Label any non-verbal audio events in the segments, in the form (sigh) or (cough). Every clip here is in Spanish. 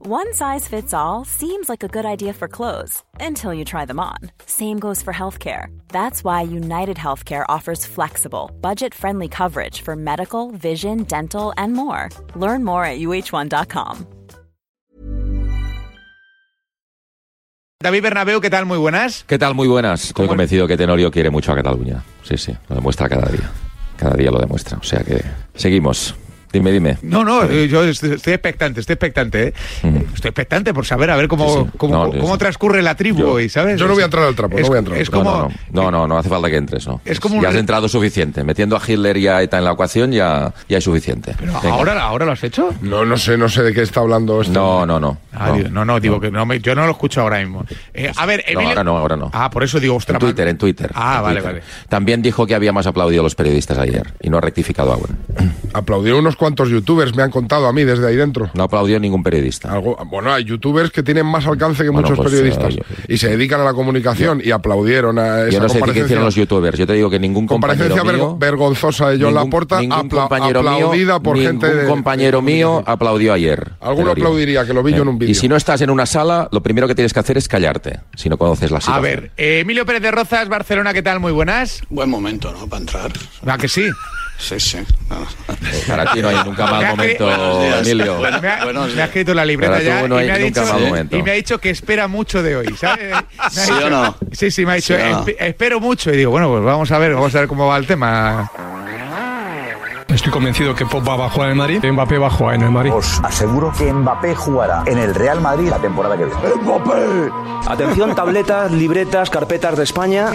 One size fits all seems like a good idea for clothes until you try them on. Same goes for healthcare. That's why United Healthcare offers flexible, budget friendly coverage for medical, vision, dental, and more. Learn more at uh1.com. David Bernabeu, ¿qué tal? Muy buenas. ¿Qué tal? Muy buenas. Estoy convencido que Tenorio quiere mucho a Cataluña. Sí, sí, lo demuestra cada día. Cada día lo demuestra. O sea que seguimos. Dime, dime. No, no, eh, yo estoy estoy expectante, estoy expectante, ¿eh? Estoy expectante por saber a ver cómo, Sí, sí. cómo, No, yo cómo sí. transcurre la tribu Yo- hoy, ¿sabes? Yo no voy a entrar al trapo, Es- no voy a entrar. al es trapo. No, como- no, no, no, no, no hace falta que entres, no. Es como ya un- has entrado suficiente. Metiendo a Hitler y a ETA en la ecuación ya, ya es suficiente. Venga. ¿Ahora, ¿Ahora lo has hecho? No, no sé, no sé de qué está hablando este. No, no, no. Ah, digo, no, no, digo que no me- yo no lo escucho ahora mismo. Eh, a ver, Emilio... ahora no, ahora no. Ah, por eso digo, En ostras... Twitter, man- en Twitter. Ah, en vale, Twitter. vale. También dijo que había más aplaudido a los periodistas ayer y no ha rectificado aún. Aplaudió unos cuantos youtubers, me han contado a mí desde ahí dentro. No aplaudió ningún periodista. Algo- bueno, hay youtubers que tienen más alcance que Bueno, muchos pues, periodistas eh, yo- y se dedican a la comunicación y aplaudieron a esa Yo no sé qué comparecencia. hicieron los youtubers. Yo te digo que ningún compañero Comparecencia vergo- mío- vergonzosa de ningún- John Laporta, ningún apla- compañero mío- aplaudida por ningún gente de- compañero de- mío aplaudió ayer. Alguno Teorio. aplaudiría, que lo vi yo en un vídeo. Eh, Y si no estás en una sala, lo primero que tienes que hacer es callarte, si no conoces la A situación. ver, eh, Emilio Pérez de Rozas, Barcelona, ¿qué tal? Muy buenas. Buen momento, ¿no? Para entrar. Ah, que sí. Sí, sí. No, no. Pues Para ti no hay (laughs) nunca Me mal ha momento, cre- Emilio. Buenos días. Me ha, Buenos me días. ha escrito la libreta Para tú ya no y, hay me ha nunca dicho, mal momento. y me ha dicho que espera mucho de hoy, ¿sabes? Me ha (laughs) ¿Sí o dicho- no? Sí, sí, me ha ¿Sí dicho, o no? "Espe- espero mucho. Y digo, bueno, pues vamos a ver, vamos a ver cómo va el tema. Estoy convencido que Pogba va a jugar en el Madrid, que Mbappé va a jugar en el Madrid. Os aseguro que Mbappé jugará en el Real Madrid la temporada que viene. ¡Mbappé! Atención, tabletas, libretas, carpetas de España.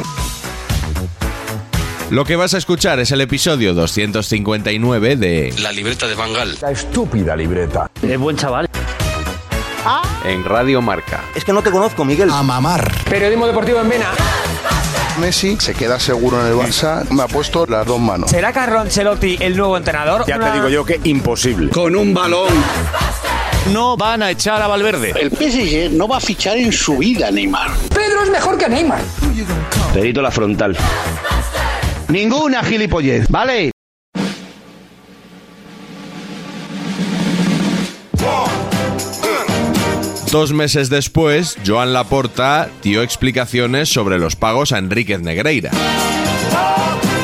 Lo que vas a escuchar es el episodio 259 de La libreta de Bangal. La estúpida libreta. Es buen chaval. En Radio Marca. Es que no te conozco, Miguel. Periodismo deportivo en Vena. Messi se queda seguro en el Barça. Me ha puesto las dos manos. ¿Será Carlo Ancelotti el nuevo entrenador? Ya te digo yo. Con un balón. No van a echar a Valverde. El PSG no va a fichar en su vida, Neymar. Pedro es mejor que Neymar. Perito la frontal. Ninguna gilipollez, ¿vale? Dos meses después, Joan Laporta dio explicaciones sobre los pagos a Enríquez Negreira.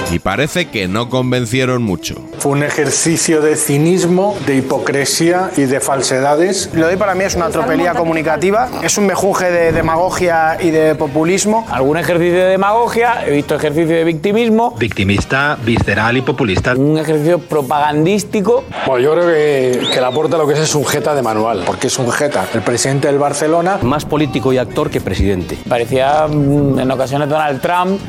Y parece que no convencieron mucho. Fue un ejercicio de cinismo, de hipocresía y de falsedades. Lo de hoy para mí es una tropelía comunicativa, es un mejunje de demagogia y de populismo. Algún ejercicio de demagogia, he visto ejercicio de victimismo. Victimista, visceral y populista. Un ejercicio propagandístico. Bueno, yo creo que, que Laporta lo que es es un jeta de manual, porque es un jeta. El presidente del Barcelona Más político y actor que presidente. Parecía mm, en ocasiones Donald Trump.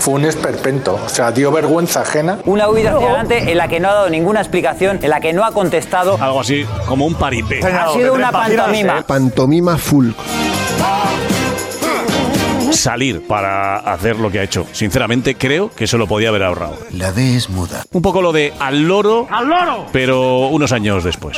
fue un esperpento, o sea, dio vergüenza ajena. Una huida hacia adelante en la que no ha dado ninguna explicación, en la que no ha contestado. Algo así como un paripé. Ha sido una pantomima. Pantomima full. Salir para hacer lo que ha hecho. Sinceramente, creo que se lo podía haber ahorrado. La D es muda. Un poco lo de al loro. ¡Al loro! Pero unos años después.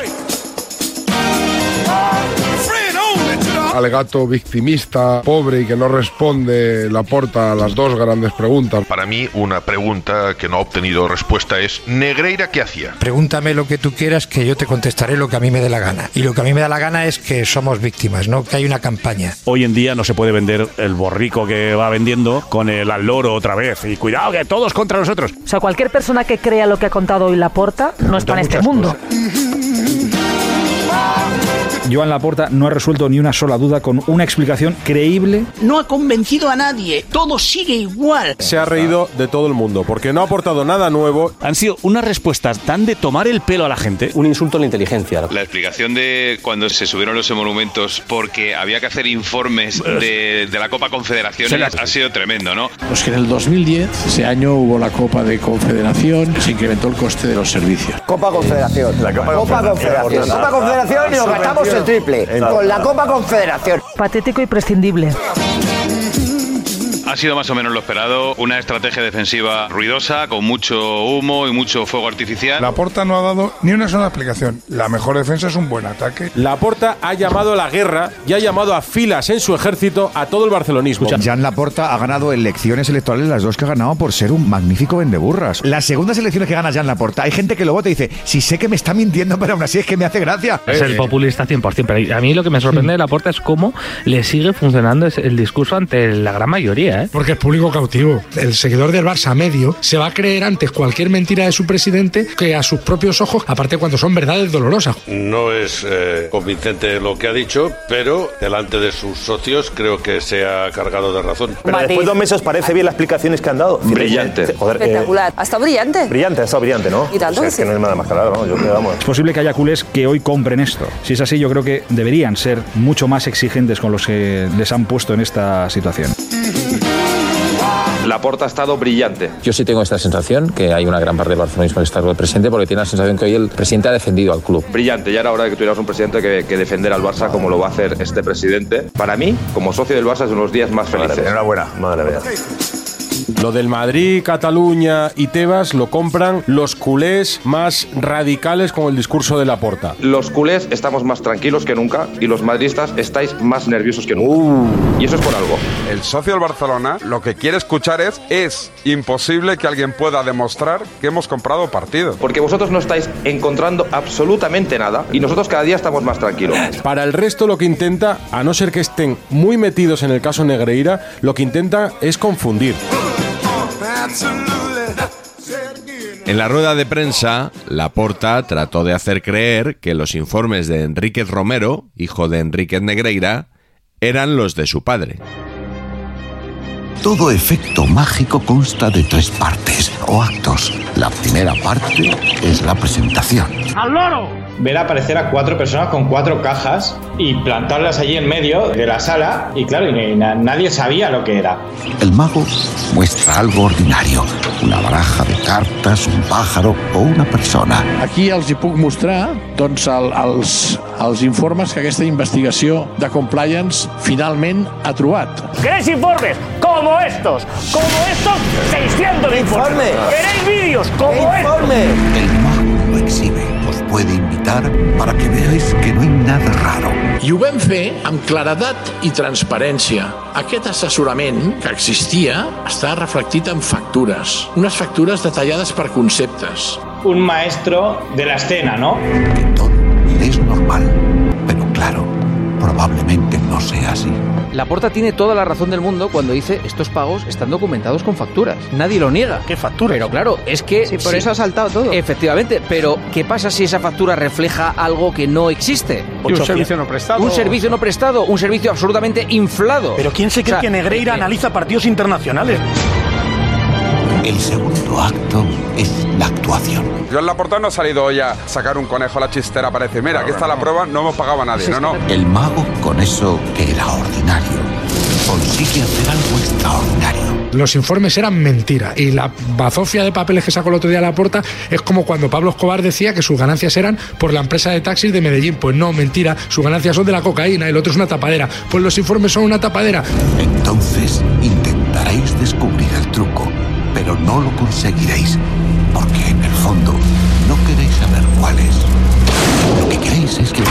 Alegato victimista, pobre y que no responde la porta a las dos grandes preguntas. Para mí, una pregunta que no ha obtenido respuesta es: ¿Negreira qué hacía? Pregúntame lo que tú quieras, que yo te contestaré lo que a mí me dé la gana. Y lo que a mí me da la gana es que somos víctimas, ¿no? Que hay una campaña. Hoy en día no se puede vender el borrico que va vendiendo con el al loro otra vez. Y cuidado, que todos contra nosotros. O sea, cualquier persona que crea lo que ha contado hoy Laporta no está en este mundo. Joan Laporta no ha resuelto ni una sola duda con una explicación creíble. No ha convencido a nadie. Todo sigue igual. Se ha reído de todo el mundo porque no ha aportado nada nuevo. Han sido unas respuestas tan de tomar el pelo a la gente. Un insulto a la inteligencia. La explicación de cuando se subieron los emolumentos porque había que hacer informes de, de la Copa Confederaciones ha sido tremendo, ¿no? Pues que en el 2010, ese año, hubo la Copa de Confederación, se incrementó el coste de los servicios. Copa Confederación. La Copa, Confederación. Copa Confederación y nos gastamos el triple. Con la Copa Confederación. Patético y prescindible. Ha sido más o menos lo esperado, una estrategia defensiva ruidosa, con mucho humo y mucho fuego artificial. La porta no ha dado ni una sola explicación. La mejor defensa es un buen ataque. Laporta ha llamado a la guerra y ha llamado a filas en su ejército a todo el barcelonismo. Jan Laporta ha ganado elecciones electorales, las dos que ha ganado por ser un magnífico vendeburras. Las segundas elecciones que gana Jan Laporta, hay gente que lo vota y dice, si sé que me está mintiendo, pero aún así es que me hace gracia. Es el populista 100%, pero a mí lo que me sorprende de Laporta es cómo le sigue funcionando es- el discurso ante la gran mayoría. ¿eh? Porque es público cautivo. El seguidor del Barça medio se va a creer antes cualquier mentira de su presidente que a sus propios ojos, aparte cuando son verdades dolorosas. No es eh, convincente lo que ha dicho, pero delante de sus socios creo que se ha cargado de razón. Pero después de dos meses parece bien las explicaciones que han dado. Brillante. Joder, eh, Espectacular. Hasta brillante. brillante, ha estado brillante, ¿no? Y tanto O sea, que es que sí. no hay nada más claro, ¿no? Yo creo, vamos. Es posible que haya culés que hoy compren esto. Si es así, yo creo que deberían ser mucho más exigentes con los que les han puesto en esta situación. La porta ha estado brillante. Yo sí tengo esta sensación que hay una gran parte del barcelonismo que está presente porque tiene la sensación que hoy el presidente ha defendido al club. Brillante, ya era hora de que tuvieras un presidente que, que defender al Barça como lo va a hacer este presidente. Para mí, como socio del Barça, es uno de los días más felices. Enhorabuena, madre mía. Lo del Madrid, Cataluña y Tebas lo compran los culés más radicales con el discurso de la porta. Los culés estamos más tranquilos que nunca y los madridistas estáis más nerviosos que nunca. Uh. Y eso es por algo. El socio del Barcelona lo que quiere escuchar es es imposible que alguien pueda demostrar que hemos comprado partido. Porque vosotros no estáis encontrando absolutamente nada y nosotros cada día estamos más tranquilos. Para el resto lo que intenta, a no ser que estén muy metidos en el caso Negreira, lo que intenta es confundir. En la rueda de prensa, Laporta trató de hacer creer que los informes de Enríquez Romero, hijo de Enríquez Negreira, eran los de su padre. Todo efecto mágico consta de tres partes o actos. La primera parte es la presentación. ¡Al loro! Ver aparecer a cuatro personas con cuatro cajas y plantarlas allí en medio de la sala. Y claro, y ni- na- nadie sabía lo que era. El mago muestra algo ordinario, una baraja de cartas, un pájaro o una persona. Aquí els hi puc mostrar doncs, el, els, els informes que aquesta investigació de compliance finalment ha trobat. ¿Queréis informes? Como estos. Como estos, 600 informes. ¿Queréis vídeos? Como estos. El mago lo exhibe, os puede invitar para que veáis que no hay nada raro. I ho vam fer amb claredat i transparència. Aquest assessorament que existia està reflectit en factures, unes factures detallades per conceptes. Un maestro de la escena, ¿no? Es normal, pero claro, probablemente no sea así. La Porta tiene toda la razón del mundo cuando dice estos pagos están documentados con facturas. Nadie lo niega. ¿Qué factura? Pero claro, es que... Sí, por eso ha saltado todo. Efectivamente, pero ¿qué pasa si esa factura refleja algo que no existe? Y un servicio no prestado. Un servicio no prestado, un servicio absolutamente inflado. Pero ¿quién se cree O sea, que Negreira eh, eh, analiza partidos internacionales? El segundo acto es la actuación. Yo en la portada no ha salido hoy a sacar un conejo a la chistera para decir, mira, aquí está la prueba, no hemos pagado a nadie. No, no. El mago, con eso que era ordinario, consigue hacer algo extraordinario. Los informes eran mentira y la bazofia de papeles que sacó el otro día a la puerta es como cuando Pablo Escobar decía que sus ganancias eran por la empresa de taxis de Medellín. Pues no, mentira, sus ganancias son de la cocaína, el otro es una tapadera. Pues los informes son una tapadera. Entonces intentaréis descubrir el truco, pero no lo conseguiréis, porque en el fondo no queréis saber cuál es. Lo que queréis es que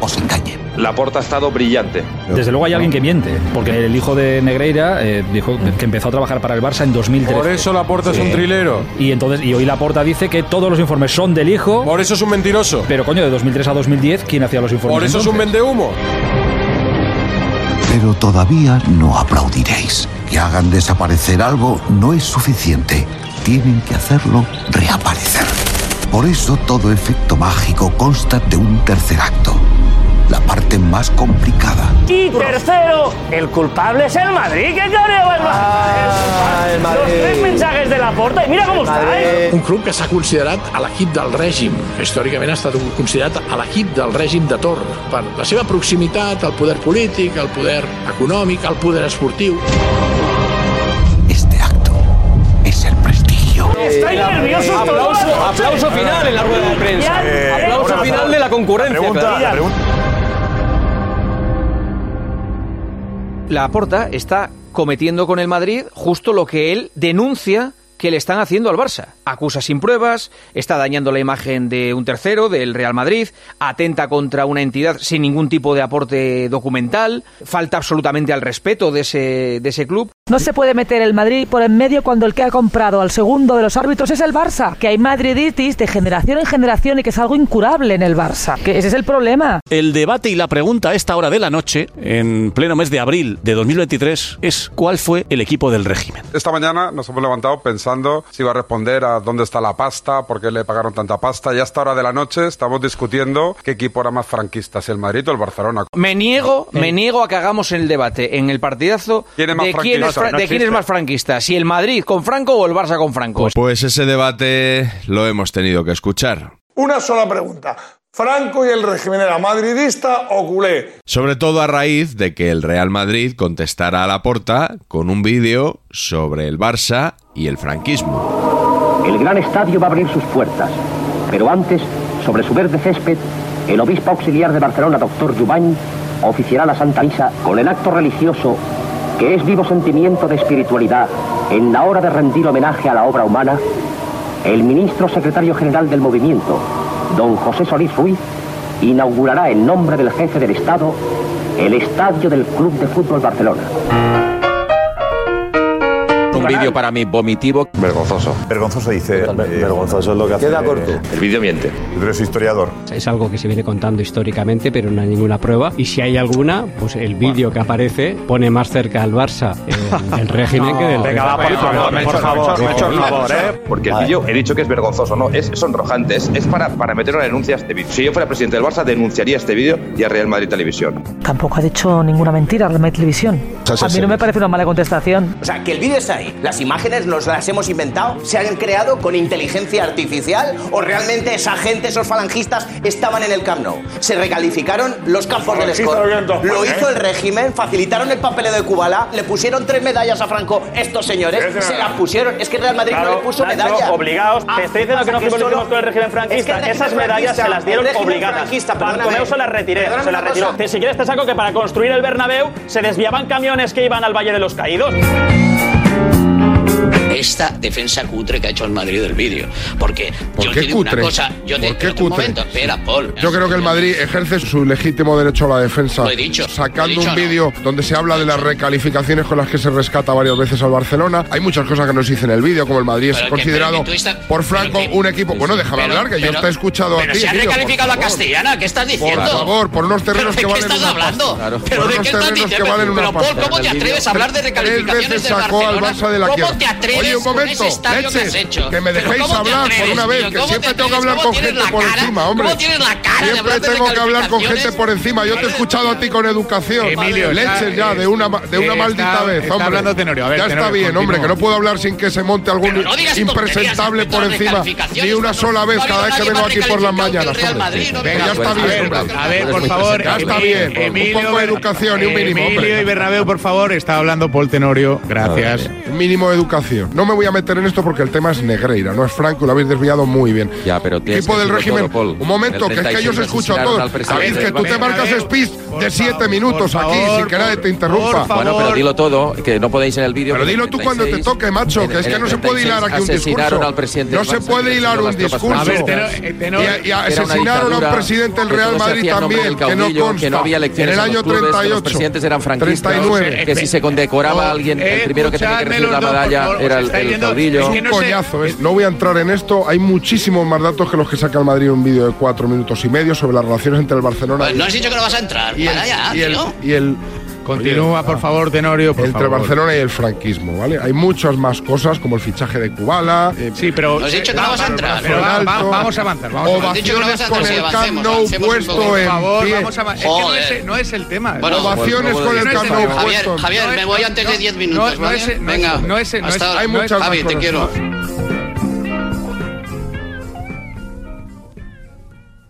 os engañen. La porta ha estado brillante. Desde luego hay alguien que miente, porque el hijo de Negreira eh, dijo que empezó a trabajar para el Barça en 2013. Por eso Laporta es un trilero. Y entonces y hoy Laporta dice que todos los informes son del hijo. Por eso es un mentiroso. Pero coño, de 2003 a 2010 quién hacía los informes? Por eso es un entonces? vendehumo. Pero todavía no aplaudiréis. Que hagan desaparecer algo no es suficiente. Tienen que hacerlo reaparecer. Por eso todo efecto mágico consta de un tercer acto. la parte más complicada. Y tercero, el culpable es el Madrid. ¿Qué careo el Ah, Madrid? Los tres mensajes de la porta. Y mira cómo está, ¿eh? Un club que s'ha considerat a l'equip del règim, que històricament ha estat un- considerat a l'equip del règim de Torre, per la seva proximitat al poder polític, al poder econòmic, al poder esportiu. Es el prestigio. Estáis nerviosos todos. Eh, Aplauso, aplauso final en la rueda de prensa. Eh, aplauso ahora, final de la concurrencia. la pregunta, claro. la La Porta está cometiendo con el Madrid justo lo que él denuncia que le están haciendo al Barça. Acusa sin pruebas, está dañando la imagen de un tercero, del Real Madrid, atenta contra una entidad sin ningún tipo de aporte documental, falta absolutamente al respeto de ese, de ese club. No se puede meter el Madrid por en medio cuando el que ha comprado al segundo de los árbitros es el Barça. Que hay madriditis de generación en generación y que es algo incurable en el Barça. Que ese es el problema. El debate y la pregunta a esta hora de la noche, en pleno mes de abril de 2023, es ¿cuál fue el equipo del régimen? Esta mañana nos hemos levantado pensando si iba a responder a dónde está la pasta, por qué le pagaron tanta pasta. Y a esta hora de la noche estamos discutiendo qué equipo era más franquista, si el Madrid o el Barcelona. Me niego, me niego a que hagamos el debate en el partidazo ¿Quién es más de, quién franquista? es, fra- No de quién existe. es más franquista, si el Madrid con Franco o el Barça con Franco. Pues ese debate lo hemos tenido que escuchar. Una sola pregunta. ¿Franco y el régimen era madridista o culé? Sobre todo a raíz de que el Real Madrid contestara a la porta con un vídeo sobre el Barça y el franquismo. El gran estadio va a abrir sus puertas, pero antes, sobre su verde césped, el obispo auxiliar de Barcelona, doctor Jubany, oficiará la Santa Misa con el acto religioso que es vivo sentimiento de espiritualidad en la hora de rendir homenaje a la obra humana. El ministro secretario general del movimiento, don José Solís Ruiz, inaugurará en nombre del jefe del Estado el estadio del Club de Fútbol Barcelona. Un vídeo para mí vomitivo. Vergonzoso. Vergonzoso dice. vergonzoso es lo que hace. Queda corto. El vídeo miente. Yo creo historiador. Es algo que se viene contando históricamente, pero no hay ninguna prueba. Y si hay alguna, pues el vídeo que aparece pone más cerca al Barça (laughs) eh, del régimen que del Venga, va, por favor, por favor, por favor, eh. Porque el vídeo, he dicho que es vergonzoso, no, es sonrojante, es, es para, para meter una denuncia a este vídeo. Si yo fuera presidente del Barça, denunciaría este vídeo y a Real Madrid Televisión. Tampoco ha dicho ninguna mentira la televisión. sea, sí, A mí no sí. me parece una mala contestación. O sea, que el vídeo está ahí. Las imágenes nos las hemos inventado, se han creado con inteligencia artificial o realmente esa gente, esos falangistas, estaban en el Camp Nou. Se recalificaron los campos del Falangista Score. había en todas Lo partes, hizo ¿eh? el régimen, facilitaron el papeleo de Kubala, le pusieron tres medallas a Franco estos señores, Es se verdad. las pusieron. Es que Real Madrid no Claro, le puso Nacho, medallas. obligados. Ah, Te estoy diciendo que no pasa frivolicemos solo- con el régimen franquista. Es que el régimen Esas medallas franquista- se las el dieron régimen obligadas. franquista, perdóname. Bartomeu se las retiré, Perdóname se las una retiró. cosa. Te- Si quieres te saco que para construir el Bernabéu se desviaban camiones que iban al Valle de los Caídos. esta defensa cutre que ha hecho el Madrid del vídeo. Porque ¿Por yo qué te digo cutre? una cosa, yo te ¿Por qué pero un cutre? momento, espera, Paul. Yo creo que el Madrid ejerce su legítimo derecho a la defensa. Lo he dicho, lo Sacando he dicho, un no. vídeo donde se habla de las recalificaciones con las que se rescata varias veces al Barcelona. Hay muchas cosas que no se dicen en el vídeo, como el Madrid es Pero que- considerado pero que tú estás- por Franco un equipo. Bueno, déjame Pero- hablar, que pero- yo te he escuchado pero a ti. se ha tío, por recalificado a favor. Castellana, ¿qué estás diciendo? Por favor, por unos terrenos ¿Pero de que qué estás valen una pasta. hablando? Claro. ¿Pero de Por unos qué estás terrenos que diciendo? valen una Pero, Paul, pasta. ¿cómo te atreves a hablar de Tres recalificaciones veces del sacó al Barcelona? Barça de la ¿Cómo quiebra. te atreves Oye, un con momento, ese estadio que has leches, hecho? que me ¿Pero dejéis cómo te hablar por atreves, una vez, tío? que ¿Cómo siempre te tengo que atreves? hablar ¿Cómo con tienes gente la por cara? encima, hombre. ¿Cómo tienes la cara de Siempre hablar de tengo que hablar con gente recalificaciones? por encima. Yo te he escuchado a ti con educación. Emilio, está- Leches ya, de una, ma- de una está- maldita está vez, hombre. hablando Tenorio. A ver, ya está Tenorio, bien, continúa. hombre, que no puedo hablar sin que se monte algún Pero no digas impresentable tonterías, por respecto a encima. recalificaciones, Ni una no- sola vez no ha cada vez habido que vengo nadie aquí más por las recalificado que el mañnas. Real hombre. Madrid, no Ya digas está tonterías. bien, A hombre. ver, a ver, por favor, Ya está Emilio, bien. Un Emilio poco de educación y un mínimo, hombre. Emilio y Bernabéu, por favor, está hablando Paul Tenorio. Gracias. Un mínimo de educación. No me voy a meter en esto porque el tema es Negreira, no es Franco y lo habéis desviado muy bien. Ya, pero tienes Equipo que del decirlo régimen. todo, Paul. Un momento, En que el es que yo os 35 escucho a asesinaron todos. al presidente David, que del tú te Barça. marcas speech de 7 minutos aquí favor, sin que nadie te interrumpa. Bueno, pero dilo todo, que no podéis en el vídeo. Pero dilo tú cuando te toque, macho, que es que no se puede hilar aquí un discurso. No se puede hilar un discurso. eh, eh, Y- y, asesinaron a un presidente del Real Madrid también, que no consta. Que no había elecciones en el a los año clubes, que 38. Los presidentes eran franquistas. 39. Que si se condecoraba a alguien, eh, el primero que tenía que recibir la medalla era el, el caudillo. Es un coñazo, ¿eh? No voy a entrar en esto. Hay muchísimos más datos que los que saca el Madrid en un vídeo de cuatro minutos y medio sobre las relaciones entre el Barcelona Pues y no has dicho que no vas a entrar. y el- Para ya, y el- tío. y el- Continúa, por favor, Tenorio. por Entre favor. Barcelona y el franquismo, ¿vale? Hay muchas más cosas como el fichaje de Kubala. eh, sí, pero- Nos has dicho que vamos a entrar. Pero va- va- vamos a avanzar, vamos a avanzar. Nos has dicho que no vas Ovaciones a con entrar, el sí, Camp avancemos, Nou avancemos un puesto poco. en Por favor, pie. vamos a avanzar. Es que no es, no es el tema. ¿eh? Bueno, Ovaciones con el Camp Nou Javier, puesto en- Javier, me voy antes de 10 minutos. No, es, no Venga, no es, no es, Hasta ahora. hay Hay muchas muchas más Javi, te cosas. quiero.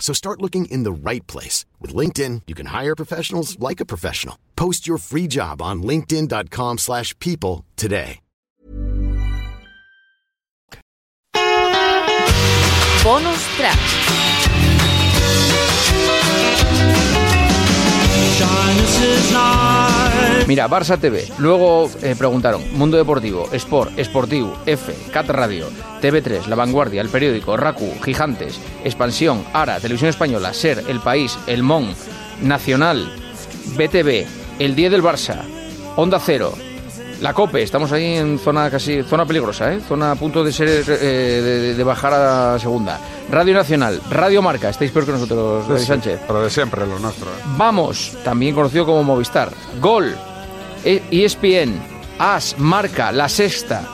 So start looking in the right place. With LinkedIn, you can hire professionals like a professional. Post your free job on linkedin.com/people slash people today. Bonus track. Mira, Barça TV. Luego eh, preguntaron Mundo Deportivo, Sport, Sportiu, F, Cat Radio, TV3, La Vanguardia, El Periódico, Raku, Gigantes, Expansión, Ara, Televisión Española, Ser, El País, El Mon, Nacional, BTV, El 10 del Barça, Onda Cero. La COPE, estamos ahí en zona casi zona peligrosa, ¿eh? zona a punto de ser eh, de, de bajar a segunda. Radio Nacional, Radio Marca, estáis peor que nosotros, David Sí, sí, Sánchez. Pero de siempre, lo nuestro. ¿eh? Vamos, también conocido como Movistar. Gol, E- ESPN, AS, Marca, La Sexta,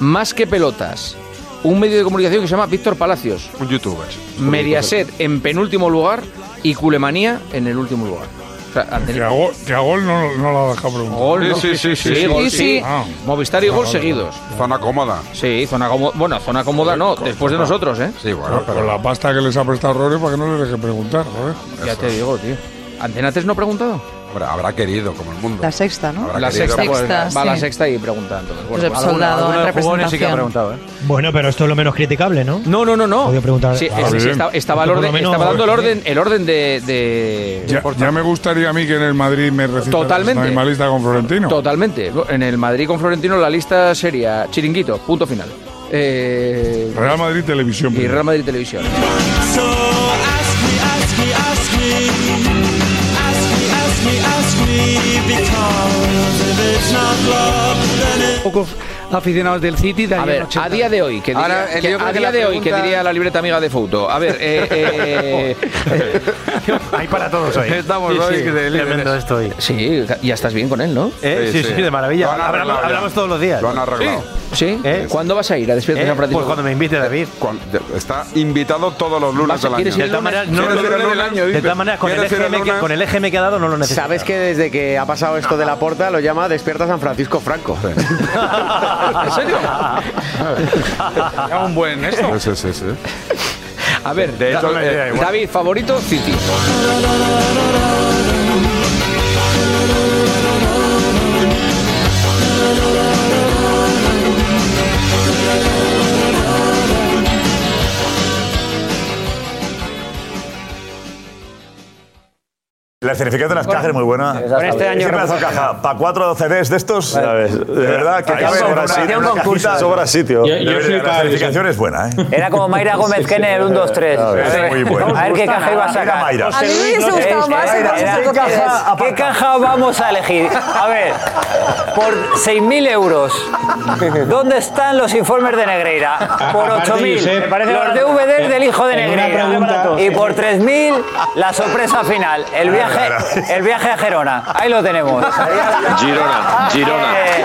Más que Pelotas. Un medio de comunicación que se llama Víctor Palacios. Un youtuber. Mediaset en penúltimo lugar y Culemanía en el último lugar. O sea, han tenido- Gol- Que a Gol no, no lo ha dejado preguntar. Gol, ¿no? Sí, sí, sí. Ah. Movistar y Vale, Gol vale. seguidos. Zona cómoda. Sí, zona cómoda. Bueno, zona cómoda no, después de nosotros, ¿eh? Sí, Pero, pero la pasta que les ha prestado Rory para que no les deje preguntar, Rory. Ya te digo, tío. ¿Antena 3 no ha preguntado? habrá querido, como el mundo. La sexta, ¿no? Habrá La querido, sexta, pues, pues, va a la sí. sexta y pregunta entonces. Bueno, Josep pues, alguna- Soldado, alguna en de jugones sí que ha representación. preguntado, ¿eh? Bueno, pero esto es lo menos criticable, ¿no? No, no, no, no. Podía preguntar. Sí, Ah, es- bien. sí, estaba, estaba al Por lo orden- menos- estaba dando el orden, el orden de. de- Ya, ya me gustaría a mí que en el Madrid me recitaras Totalmente. la misma lista con Florentino. Totalmente. En el Madrid con Florentino la lista sería chiringuito, punto final. Eh, Real Madrid Televisión. y Real Madrid Televisión. Pocos aficionados del City de A ver, a día de hoy, que diría, Ahora, eh, que yo creo a que día la de hoy, que pregunta- diría la libreta amiga de Fouto. A ver, eh, eh, (laughs) Hay para todos (laughs) hoy. Estamos Sí, hoy sí, de Tremendo líderes. estoy. Sí, ya estás bien con él, ¿no? Eh, sí, sí, de maravilla. Lo han arreglado Hablamos, ya. hablamos todos los días. Lo han arreglado. ¿Sí? ¿Eh? ¿Cuándo vas a ir a Despierta Eh, San Francisco? pues cuando me invite David. Está invitado todos los lunes Vas a- del año. ¿quieres ir el De todas maneras, no, ¿Quieres no, ir no, el no, lunes? de todas maneras, con el, ¿Quieres ir el EGM que, lunes? con el EGM que ha dado no lo necesito. Sabes que desde que ha pasado esto de la porta lo llama Despierta San Francisco (laughs) Franco. ¿En serio? un buen esto. Sí, sí, sí. A ver, De hecho, Da- eh, me da igual. David, favorito City. La escenificación de las cajas es muy buena. Con este año Siempre hace reforzado. caja. Para cuatro CDs de este estos, ¿sabes? de verdad que Ahí cabe sobra sobra sitio, sitio. un una cajita concurso. sobra sitio. Yo- yo De verdad, flipaba, la escenificación yo- es buena, ¿eh? Era como Mayra (laughs) Gómez que en el 1, 2, 3. A ver, muy bueno. A ver qué caja iba a sacar. Era Mayra. José Luis, ¿no? Es- era- era- ¿Qué caja, ¿Qué caja vamos a elegir? A ver, por 6.000 euros, ¿dónde están los informes de Negreira? Por Aparte, 8.000, Josep, parece los barato. DVDs del hijo de En una Negreira. pregunta- Ah, Y por 3.000, la sorpresa final, el viaje, el viaje a Gerona. Ahí lo tenemos. Girona, Eh,